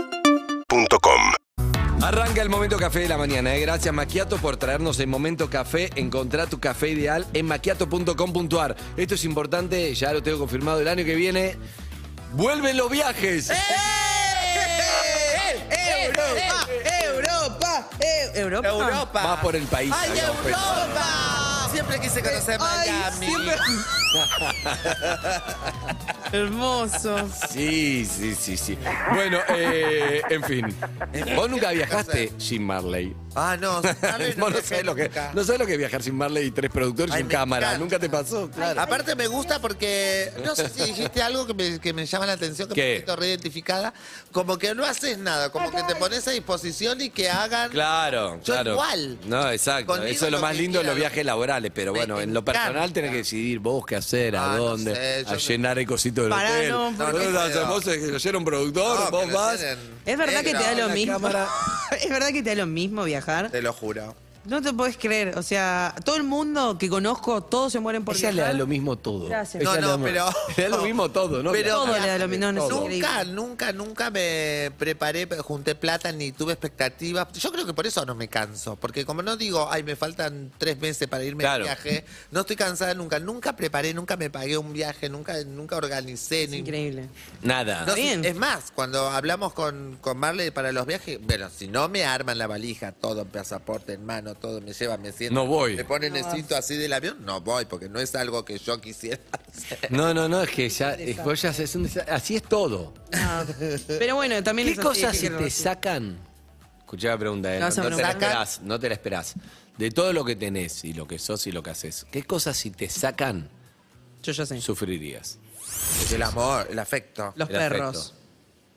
UrbanaPlayFM.com Arranca el momento café de la mañana. eh. Gracias Maquiato por traernos el momento café. Encontrá tu café ideal en maquiato.com.ar. Esto es importante, ya lo tengo confirmado. El año que viene vuelven los viajes. ¡Eh! ¡Europa! ¡Europa! ¡Eh! ¡Europa! Europa. Más por el país. ¡Ay, digamos, pues. pero- Europa! Siempre quise conocer Ay, Miami. siempre- Hermosos. Sí, sí, sí, sí. Bueno, eh, en fin. Vos nunca viajaste sin Marley. Ah, no. Marley Vos me no sabés lo que, toca. no sabés lo que es viajar sin Marley y tres productores Ay, y un me cámara. encanta. Nunca te pasó, claro. Aparte me gusta porque, no sé si dijiste algo que me, que me llama la atención, que ¿Qué? me siento reidentificada, como que no haces nada, como que te pones a disposición y que hagan... Claro, Yo claro. igual. No, exacto. Conmigo Eso es lo lo más que lindo de los quieran. viajes laborales, pero Me bueno, en lo encanta. personal tenés que decidir vos qué hacer, a Ah, no dónde, sé, yo a no- llenar el cosito del Pará, hotel. no, Vos porque- vas- vos sos- sos un productor, No, vos que lo vas. hacen en ¿Es verdad que te da negro, lo la mismo? cámara. ¿Es verdad que te da lo mismo viajar? Te lo juro. No te podés creer. O sea, todo el mundo que conozco, todos se mueren por Ella le da viajar. lo mismo todo. Gracias. Ella No, le da no, mo- pero- Le da lo mismo todo, ¿no? Pero- Todo le da lo mismo. No, no, es Todo. increíble. Nunca, nunca, nunca me preparé, junté plata ni tuve expectativas. Yo creo que por eso no me canso, porque como no digo, ay, me faltan tres meses para irme Claro. de viaje, no estoy cansada nunca, nunca preparé, nunca me pagué un viaje, nunca, nunca organicé. Es ni- increíble. Nada. Está No, bien. es más, cuando hablamos con, con Marley para los viajes, bueno, si no me arman la valija, todo, pasaporte en mano, todo, me llevan, me sientan. No voy. Me ponen el cinto así del avión, no voy, porque no es algo que yo quisiera hacer. No, no, no, es que ya, es- vos ya haces un desa- Así es todo. No. Pero bueno, también ¿Qué es así, cosas ¿qué se quiero te decir? sacan? Escuchá la pregunta, eh, ¿La no, vas a no te la preguntar? esperás, no te la esperás. De todo lo que tenés y lo que sos y lo que haces, ¿qué cosas si te sacan Yo ya sé. sufrirías? El amor, el afecto. Los El perros. afecto.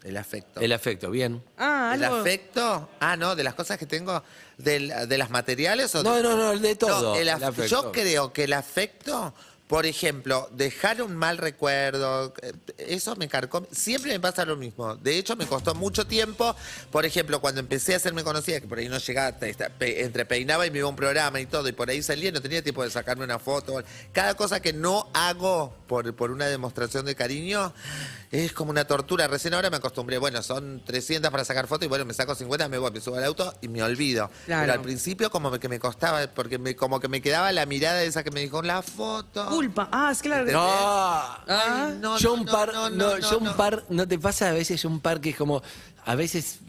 El afecto. El afecto, bien. Ah, ¿El algo. afecto? Ah, no, de las cosas que tengo, del- de las materiales o de- No, no, no, el de todo. el af- el afecto. Yo creo que el afecto, por ejemplo, dejar un mal recuerdo, eh, eso me cargó. Siempre me pasa lo mismo. De hecho, me costó mucho tiempo. Por ejemplo, cuando empecé a hacerme conocida, que por ahí no llegaba, te- esta- pe- entre peinaba y me iba a un programa y todo, y por ahí salía, no tenía tiempo de sacarme una foto. Cada cosa que no hago por, por una demostración de cariño es como una tortura. Recién ahora me acostumbré. Bueno, son 300 para sacar foto y bueno, me saco 50, me voy, me subo al auto y me olvido. Claro. Pero al principio principio como que me costaba, porque me, como que me quedaba la mirada esa que me dijo la foto. Culpa. Ah, es claro. No. Ay, no, ¿eh? Ah. yo no, un par, no, no, no, no, yo un no. par, ¿no te pasa a veces un par que es como, a veces,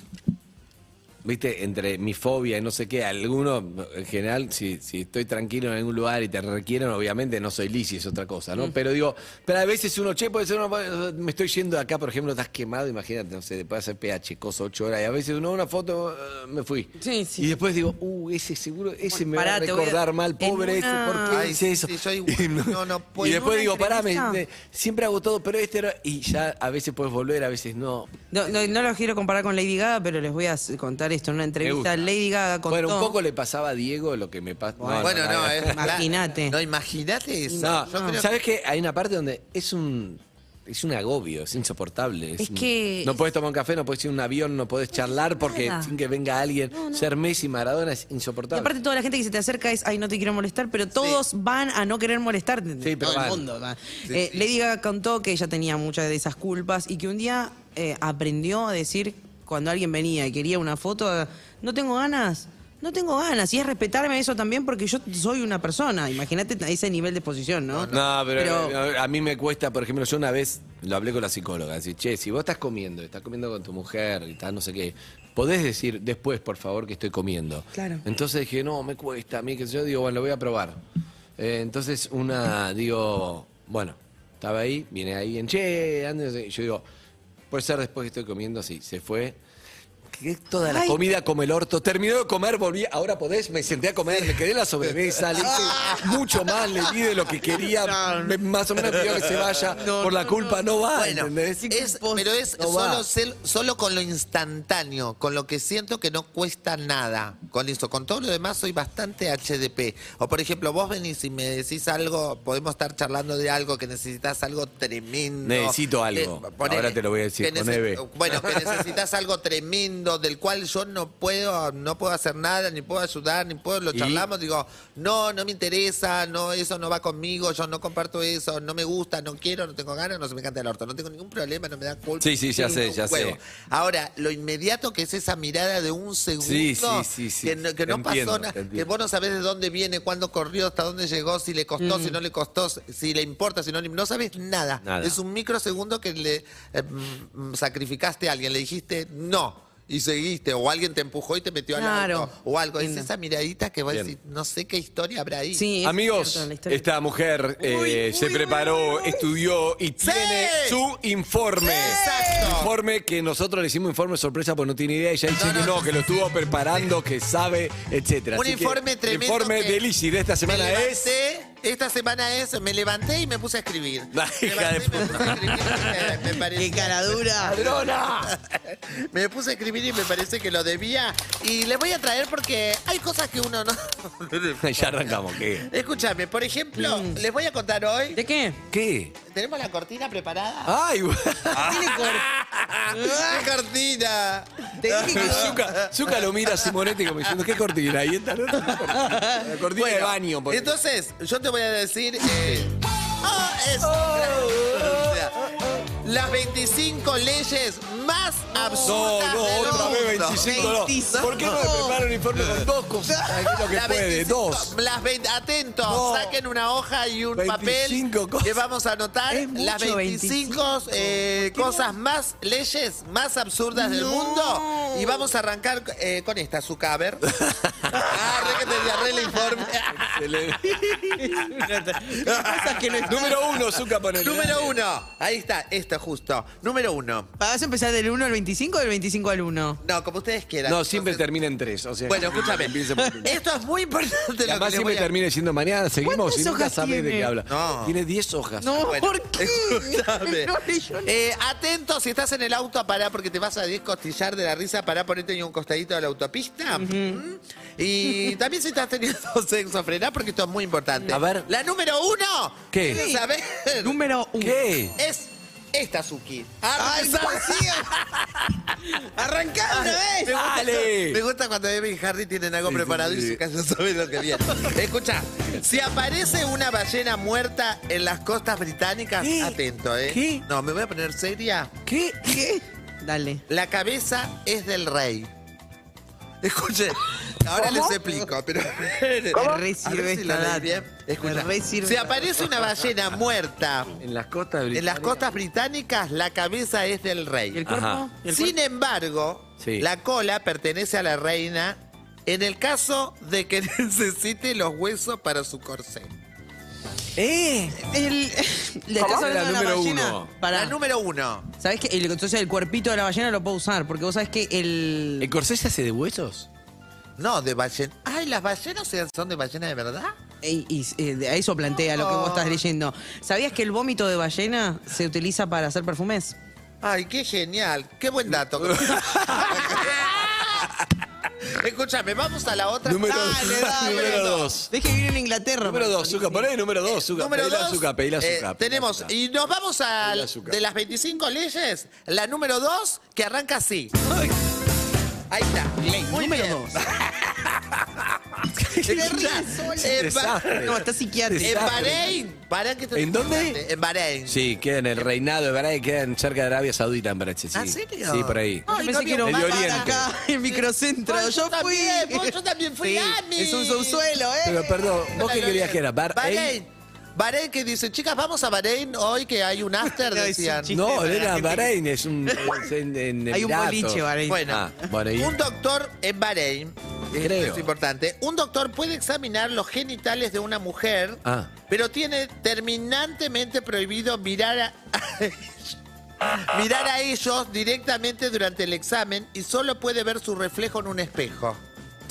viste, entre mi fobia y no sé qué, alguno, en general, si, si estoy tranquilo en algún lugar y te requieren, obviamente no soy lisi, es otra cosa, Mm. ¿no? Pero digo, pero a veces uno, che, puede ser, uno, me estoy yendo de acá, por ejemplo, estás quemado, imagínate, no sé, después de hacer PH, cosa ocho horas, y a veces uno, una foto, eh, me fui. Sí, sí. Y después digo, uh, ese seguro, ese Bueno, me va pará, a te voy a- recordar mal, en pobre una- ese, ¿por qué Ay, hice sí, eso? sí, yo igual, Y no, no puedo. Y después ¿En una digo, pará, me- entrevista? me- Siempre hago todo, pero este era. Y ya a veces puedes volver, a veces no. No, no, no los quiero comparar con Lady Gaga, pero les voy a s- contar esto en una entrevista. gusta. Lady Gaga contó. Bueno, un poco le pasaba a Diego lo que me pasa. bueno, no, es- Imagínate. No, imagínate eso. No, Yo creo ¿sabes qué? Hay una parte donde es un. Es un agobio, es insoportable. Es un- que- No puedes tomar un café, no puedes ir a un avión, no puedes charlar porque nada. sin que venga alguien. Ser Messi Maradona es Y insoportable. aparte toda la gente que se te acerca es, ay, no te quiero molestar, pero todos van a no querer molestar. Sí, pero Todo el van. mundo va. Eh, Lady Gaga contó que ella tenía muchas de esas culpas y que un día eh, aprendió a decir cuando alguien venía y quería una foto, eh, no tengo ganas. No tengo ganas, y es respetarme eso también porque yo soy una persona. Imagínate ese nivel de exposición, ¿no? No, pero, eh, a mí me cuesta, por ejemplo, yo una vez lo hablé con la psicóloga, decir, che, si vos estás comiendo, estás comiendo con tu mujer y tal, no sé qué, podés decir después, por favor, que estoy comiendo. Claro. Entonces dije, no, me cuesta, a mí que yo digo, bueno, lo voy a probar. Eh, entonces una, digo, bueno, estaba ahí, viene ahí en, che, ande, no sé qué". yo digo, puede ser después que estoy comiendo, sí, se fue. Que Toda la Ay. comida como el orto. Terminó de comer, volví. Ahora podés, me senté a comer, me quedé en la sobremesa, le hice mucho más, le di de lo que quería. me- más o menos pidió que se vaya. Por la culpa no va, Bueno, ¿entendés? es- pero es No va. solo, cel- solo con lo instantáneo, con lo que siento que no cuesta nada. Con eso, con todo lo demás soy bastante HDP. O por ejemplo, vos venís y me decís algo, podemos estar charlando de algo que necesitas algo tremendo. Eh, Necesito algo. Ahora te lo voy a decir que con nece- Eve. Bueno, que necesitas algo tremendo mundo del cual yo no puedo, no puedo hacer nada, ni puedo ayudar, ni puedo, lo ¿Y? charlamos, digo, no, no me interesa, no, eso no va conmigo, yo no comparto eso, no me gusta, no quiero, no tengo ganas, no se me encanta el orto, no tengo ningún problema, no me da culpa. Sí, sí, ya sé, ningún ya sé. huevo. Ahora, lo inmediato que es esa mirada de un segundo Sí, sí, sí, sí. que no, que no Te entiendo, pasó te nada, que entiendo. vos no sabés de dónde viene, cuándo corrió, hasta dónde llegó, si le costó, Mm. si no le costó, si le importa, si no le... No sabes nada. Nada. Es un microsegundo que le eh, mm, sacrificaste a alguien, le dijiste no. Y seguiste, o alguien te empujó y te metió al Claro. auto, o algo. Es Entiendo. esa miradita que vos Bien. decís, no sé qué historia habrá ahí. Sí, es Amigos, cierto, la historia. esta mujer eh, Uy, uy, se uy, preparó, uy, uy. estudió y tiene su informe. Exacto. Informe que nosotros le hicimos informe sorpresa porque no tiene idea. Ella dice No, que no, no, no. que lo estuvo preparando, que sabe, etcétera. Un Así que informe tremendo. El informe que de Lizzy de esta me semana es. levanté, Esta semana es, me levanté y me puse a escribir. La Me hija de levanté y me puse a escribir, eh, me ¡Qué pareció. cara dura! ¡Ladrona! Me puse a escribir y me parece que lo debía. Y les voy a traer porque hay cosas que uno no. ya arrancamos, ¿qué? Escúchame, por ejemplo, Mm. les voy a contar hoy. ¿De qué? ¿Qué? ¿Tenemos la cortina preparada? ¡Ay! güey. Tiene cor- Ah. ¡Qué cortina! Te dije que- Zucca, Zucca lo mira a Simonetti como diciendo, ¿qué cortina? Y esta no es una cortina. La cortina de Bueno, baño. por ejemplo. Entonces, yo te voy a decir. eh, ¡Oh, es o sea, Las 25 leyes más No, absurdas. no, del otra vez mundo. 25 no. 25. ¿Por qué no me preparan un informe con dos cosas? ¿Qué es lo que La puede? 25, Dos. Las 20, atento, No. saquen una hoja y un 25 papel cosas. que vamos a anotar Es mucho, las 25 eh, cosas más, leyes más absurdas del mundo. Y vamos a arrancar eh, con esta, su caber. ah, re que te agarré el informe. Cosas que no están. Número uno, Zucca, ponele. Número uno, ahí está, esto justo. Número uno. ¿Vas a empezar del 1 al 25 o del 25 al 1? No, como ustedes quieran. No, siempre Entonces, termina en tres. O sea, Bueno, escúchame. empieza por primero. Esto es muy importante. lo que Además les voy siempre a- termina diciendo mañana, seguimos ¿Cuántas y nunca hojas sabés de tiene? qué habla. No. Tiene 10 hojas. No, Bueno, ¿por qué? escúchame. No leyó ni- Eh, atento, si estás en el auto, pará porque te vas a descostillar de la risa, pará ponerte en un costadito de la autopista. Mm. Y también si estás teniendo sexo, frená porque esto es muy importante. A ver. La número uno. ¿Qué? ¿Quieres saber? Número 1. ¿Qué? Es esta, Suki. Ah, ¡Ay, Arranca- ¡Arrancá una vez! ¡Dale! Me gusta cuando Eve y Harry tienen algo Sí, sí, preparado sí. y se callan, saben lo que viene. Escucha, si aparece una ballena muerta en las costas británicas, ¿Qué? atento, ¿eh? ¿Qué? No, me voy a poner seria. ¿Qué? ¿Qué? Dale. La cabeza es del rey. Escuche, ahora les explico, pero. ¿Cómo? A Me ver re si sirve lo esta leí data. bien. Escucha, Me re sirve si esta aparece una ballena muerta En las costas en las costas británicas, la cabeza es del ¿Y el rey. cuerpo? Ajá. ¿Y el Sin embargo, Sí. la cola pertenece a la reina en el caso de que necesite los huesos para su corsé. ¡Eh! cuerpo? El- ¿Le estás ¿Cómo? hablando La a la número ballena? uno. Pará. La número uno. ¿Sabés que el, entonces el cuerpito de la ballena lo puedo usar? Porque vos sabés que el. ¿El corsé se hace de huesos? No, de ballena. Ay, las ballenas son de ballena de verdad. Ey, y, eh, de- a eso plantea lo que vos Oh. estás leyendo. ¿Sabías que el vómito de ballena se utiliza para hacer perfumes? Ay, qué genial. Qué buen dato. Escúchame, vamos a la otra. Número, Dale, dale. número dos. Deje vivir en Inglaterra. Número dos, Marcelo. Zucca, poné número dos, Zucca. Número pedila dos. Zucca, pedila eh, Zucca, pedila tenemos, Zucca. y nos vamos a Pedila azúcar. de las 25 leyes, la número 2, que arranca así. Ahí está. Ley Muy número bien. dos. Escucha, Es un en Ba- desastre. No, está psiquiátrico. En Desastre. Bahrein. Pará que estoy ¿En dónde? importante. En Bahrein. Sí, queda en el reinado de Brahe, queda en cerca de Arabia Saudita, en Brache. Sí. ¿Ah, serio? Sí, por ahí. Ay, Pensé no que había lo un matan Medio Oriente. acá, en microcentro. Ay, yo, yo fui. también, vos, yo también fui, Sí, Ami. Es un subsuelo, ¿eh? Pero perdón, ¿vos qué Bahrein. querías que era? ¿Bar Bahrein. Bahrein que dice, chicas, vamos a Bahrein hoy que hay un after, No, es un decían. chiste. No, para la era gente que- Bahrein, es un. es en- en Hay un Emiratos. boliche, Bahrein. Bueno, Ah, bueno, y- un doctor en Bahrein, esto Creo. es importante, un doctor puede examinar los genitales de una mujer, Ah. pero tiene terminantemente prohibido mirar a, mirar a ellos directamente durante el examen y solo puede ver su reflejo en un espejo.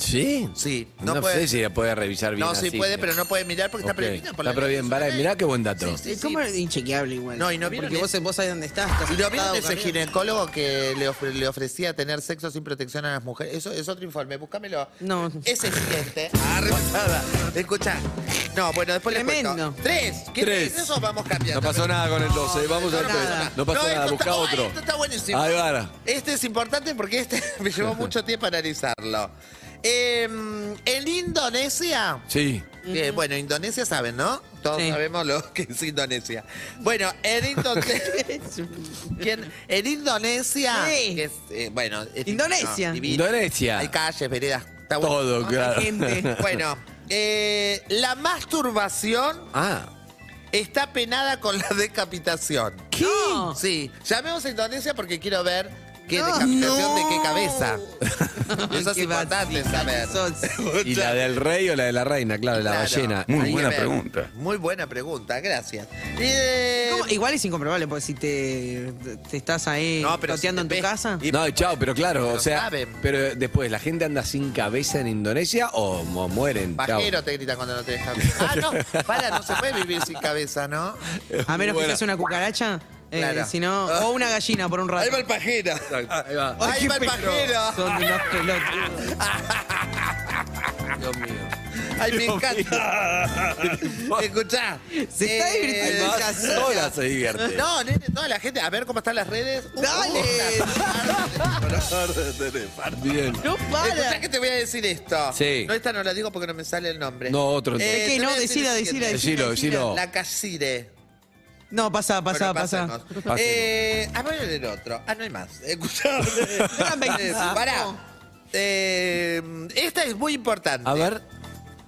¿Sí? Sí, No, no puede- sé si la puede revisar bien. No, sí así. puede, pero no puede mirar porque Ok, está prohibido. por Está la ley prohibido en nacional. Bahrein. Mirá qué buen dato. Sí, sí, sí. ¿Cómo? Inchequeable igual. No, y no Porque vieron vos, el- vos sabés dónde estás. estás ¿Y ¿Lo vieron acostado, ese cambiado. ginecólogo que le, ofre- le ofrecía tener sexo sin protección a las mujeres? Eso es otro informe, búscamelo. No. Ese siguiente. Ah, remontada. Escucha. No, bueno, después le cuento. Tremendo. Tres. ¿Qué Tres. tres? Eso vamos cambiando. No pasó nada con el 12. Vamos a ver. nada. No pasó esto nada, está- busca ¡Ay, otro. esto está buenísimo. Ahí va. Este es importante porque este me llevó mucho tiempo analizarlo. Em, en Indonesia. Sí. que, bueno, Indonesia saben, ¿no? Todos Sí. sabemos lo que es Indonesia. Bueno, en Indonesia. En Indonesia. Sí. que es, eh, bueno, es divino, Indonesia. divino. Indonesia. Hay calles, veredas. está bueno. Todo, claro. gente. Bueno, eh, la masturbación Ah. está penada con la decapitación. ¿Qué? No. Sí, llamemos a Indonesia porque quiero ver qué No. decapitación de qué No. cabeza. Eso es Qué importante saber. sos. ¿Y la del rey o la de la reina? Claro, la Claro. ballena. Muy Hay que buena ver. pregunta. Muy buena pregunta, gracias. Eh, ¿Cómo? Igual es incomprobable, porque si te, te estás ahí No, pero toteando si en te tu ves- casa. y- pues, No, y chao, pero claro, o Pero sea, saben. pero después, ¿la gente anda sin cabeza en Indonesia o, mu- mueren? Chao. Pajero te grita cuando no te dejan. Ah, no, para, no se puede vivir sin cabeza, ¿no? A menos que Buena. seas una cucaracha, eh, Claro. si no- o una gallina por un rato. el pajero. Ahí va. Ahí va el pajero. Son unos pelotudos. Dios mío. Ay, me encanta. Escuchá. Se está divirtiendo eh, ya Además, sola se divierte. No, nene, toda la gente. A ver cómo están las redes. Uh, Dale. Bien. No Escuchá para. que te voy a decir esto. Sí. No, esta no la digo porque no me sale el nombre. No, otro. Eh, Es que te no, voy a decir decila, el decila, siguiente. decilo, decilo. La casire. No, pasa, pasa, Bueno, pasa. pasemos. Pasemos. Eh, a ver el otro. Ah, no hay más. Escuchame. Eran 25. Pará. Eh, esta es muy importante. A ver.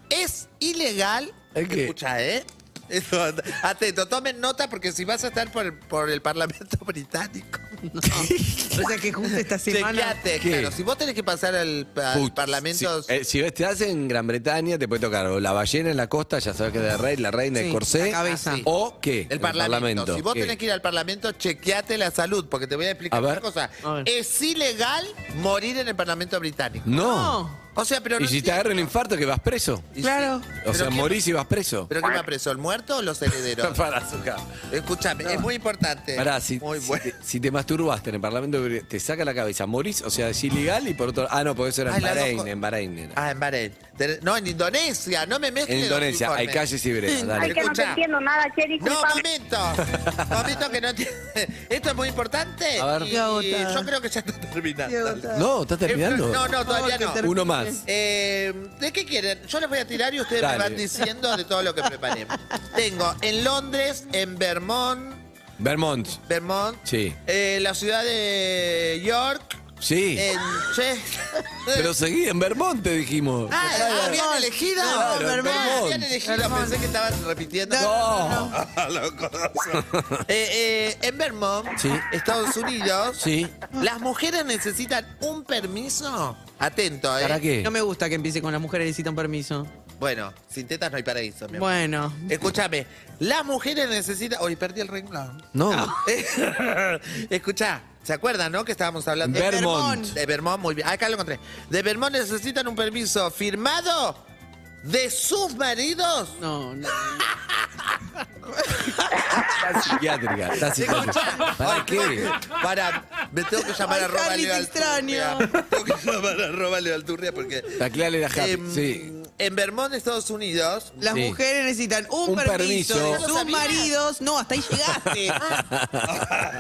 Es ilegal. ¿El qué? Escucha, ¿eh? Eso, Atento, tomen nota porque si vas a estar por el, por el Parlamento Británico. O sea que justo esta semana. Chequeate, ¿Qué? claro. Si vos tenés que pasar al, al Put- Parlamento. Si, eh, si estás en Gran Bretaña, te puede tocar o la ballena en la costa, ya sabes que es de rey, la reina, Sí, el corsé. la cabeza. O qué? Ah, El parlamento. Si vos ¿Qué? tenés que ir al Parlamento, chequeate la salud, porque te voy a explicar A ver. una cosa. A ver. Es ilegal morir en el Parlamento británico. No. No. O sea, pero Mm. Y no si te entiendo. agarra un infarto, que vas preso. Y sí. Claro. O Pero sea, ¿quién- morís y vas preso. ¿Pero quién va preso? ¿El muerto o los herederos? Para azúcar. Escúchame, es muy importante. Pará, si, muy si bueno. te, si te masturbaste en el Parlamento, te saca la cabeza. Morís, o sea, es ilegal y por otro Ah, no, porque eso era Ay, en las dos Bahrein, co- en Bahrein. era. Ah, en Bahrein. Te- No, en Indonesia, no me mezcles. en los Indonesia hay informes. calles y veredas. dale. Ay, que no te Escuchá. entiendo nada, che, No, disculpame. momento. momento que no te- Esto es muy importante. A ver. y Diego, está. yo creo que ya está terminando. Eh, Diego, está. No, ¿estás terminando? No, no, todavía No, no. te Uno más. Eh, ¿De qué quieren? Yo les voy a tirar y ustedes Dale. me van diciendo de todo lo que preparé. Tengo en Londres, en Vermont, Vermont. Vermont, Sí. eh, la ciudad de York, Sí. en Chester. Pero seguí en Vermont, te dijimos. Ah, ¿habían elegido? Claro, Ah, Vermont. habían elegido, pensé que estaban repitiendo. no. Eh, eh, en Vermont, Sí. Estados Unidos, Sí. las mujeres necesitan un permiso. Atento, ¿eh? ¿Para qué? No me gusta que empiece con las mujeres necesitan permiso. Bueno, sin tetas no hay paraíso, mi amor. Bueno. Escúchame, las mujeres necesitan. Hoy perdí el renglón. No. Escucha, ¿se acuerdan, no? Que estábamos hablando de Vermont. De Vermont, muy bien. Acá lo encontré. De Vermont necesitan un permiso firmado de sus maridos. No, no. Está psiquiátrica. Está psiquiátrica. ¿Para qué? Para, me tengo que llamar Ay, a Roba Harry, Leo te Alturria. extraño. Tengo que llamar a Roba Leo Alturria porque. Tacleale la Happy. em, sí. En Vermont, Estados Unidos. Las Sí. mujeres necesitan un, Un permiso, permiso. de sus maridos. No, hasta ahí llegaste.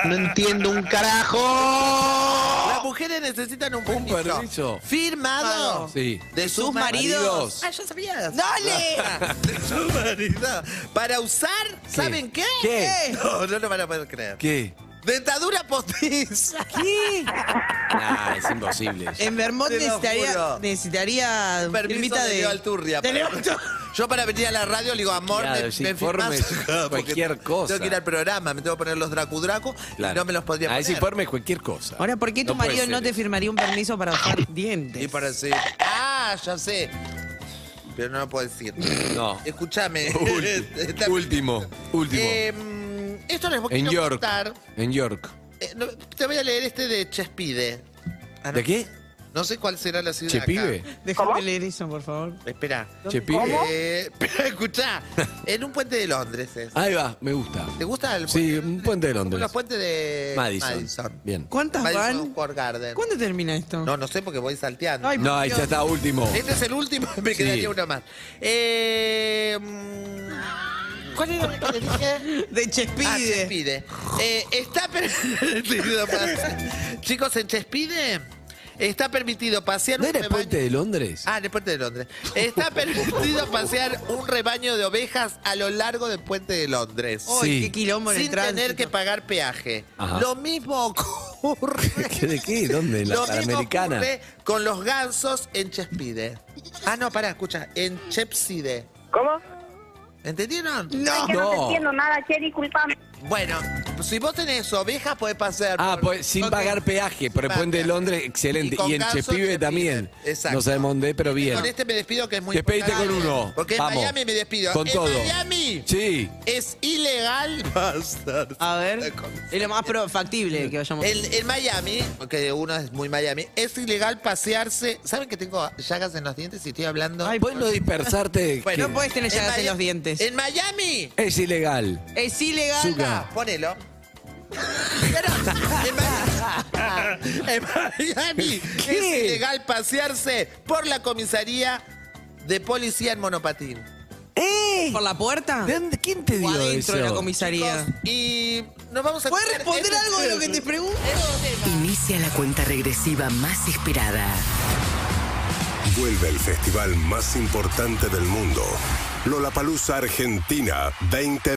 No entiendo un carajo. Las mujeres necesitan un permiso. permiso. Firmado. Claro. Sí. De sus, sus maridos. maridos. Ah, yo sabía. ¡Dale! De su marido. Para usar, ¿saben qué? ¿Qué? No, no lo van a poder creer. ¿Qué? Dentadura postiza. ¿Qué? Nah, es imposible. En Vermont Te lo necesitaría, juro. necesitaría Permiso firmita de Leo Alturria. de Leo para- Yo para venir a la radio le digo, amor, Claro, me, sí, me informe, firmás acá, porque cualquier cosa. Tengo que ir al programa, me tengo que poner los Dracu Dracu y no me los podría A poner. ese informe es cualquier cosa. Ahora, ¿por qué tu puede marido ser no te eso. firmaría un permiso para usar dientes? Y para decir, ah, ya sé. Pero no lo puedo decir. No. Escúchame. Este, Está- Último. Último. Último. Em, esto les voy en a York. contar. En York. Eh, no, te voy a leer este de Chespide. Ah, no. ¿De qué? No sé cuál será la ciudad. Chepibe. acá. Déjame leer eso, por favor. Espera. Chepibe. Eh, pero escuchá, en un puente de Londres es. Ahí va, me gusta. ¿Te gusta el Sí, puente? un puente de Londres. Los puentes de Madison. Bien. ¿Cuántas Eh, Madison van? Square Garden. ¿Cuándo termina esto? No, no sé porque voy salteando. Ay, No, ahí ya está último. Este es el último, me Sí. quedaría uno más. Eh, mm, ¿Cuál era lo que le dije? De Chespide. Ah, Chespide. Eh, está permitido pasear. Chicos, en Chespide está permitido pasear ¿No un era el rebaño- puente de Londres? Ah, en el puente de Londres. Está permitido pasear un rebaño de ovejas a lo largo del puente de Londres. Ay, Sí. qué quilombo en el sin tránsito. tener que pagar peaje. Ajá. Lo mismo ocurre. ¿Qué- ¿De qué? ¿Dónde? ¿En la Lo mismo Panamericana? ocurre con los gansos en Chespide. Ah, no, pará, escucha, en Chepside. ¿Cómo? ¿Entendieron? Es que no, te No. entiendo nada, che, disculpame. Bueno, si vos tenés ovejas, podés pasear. Ah, por- pues sin Ok. pagar peaje, por el Sin puente de pagar. Londres, excelente. con Y, en gansos Chepibe también. Exacto. No sabemos dónde, pero bien. Con este me despido que es muy Despedite importante. con uno. Porque Vamos. en Miami me despido. Con en todo. Miami Sí. es ilegal. Bastards. A ver, es lo más pro- factible que vayamos. En, en Miami, que uno es muy Miami, es ilegal pasearse. ¿Saben que tengo llagas en los dientes y estoy hablando? Ay, Puedes no dispersarte. Bueno, que no puedes tener llagas en Maya- los dientes. En Miami. Es ilegal. es ilegal. Zucca. Ah, ponelo. Pero en Miami, en Miami es ¿Qué? ilegal pasearse por la comisaría de policía en monopatín. ¿Eh? ¿Por la Ah. puerta? ¿De dónde- ¿Quién te ¿O dio adentro eso? de la comisaría? Y nos vamos a... ¿Puedes responder Este- algo de lo que te pregunto? Inicia la cuenta regresiva más esperada. Vuelve el festival más importante del mundo. Lollapalooza Argentina 20.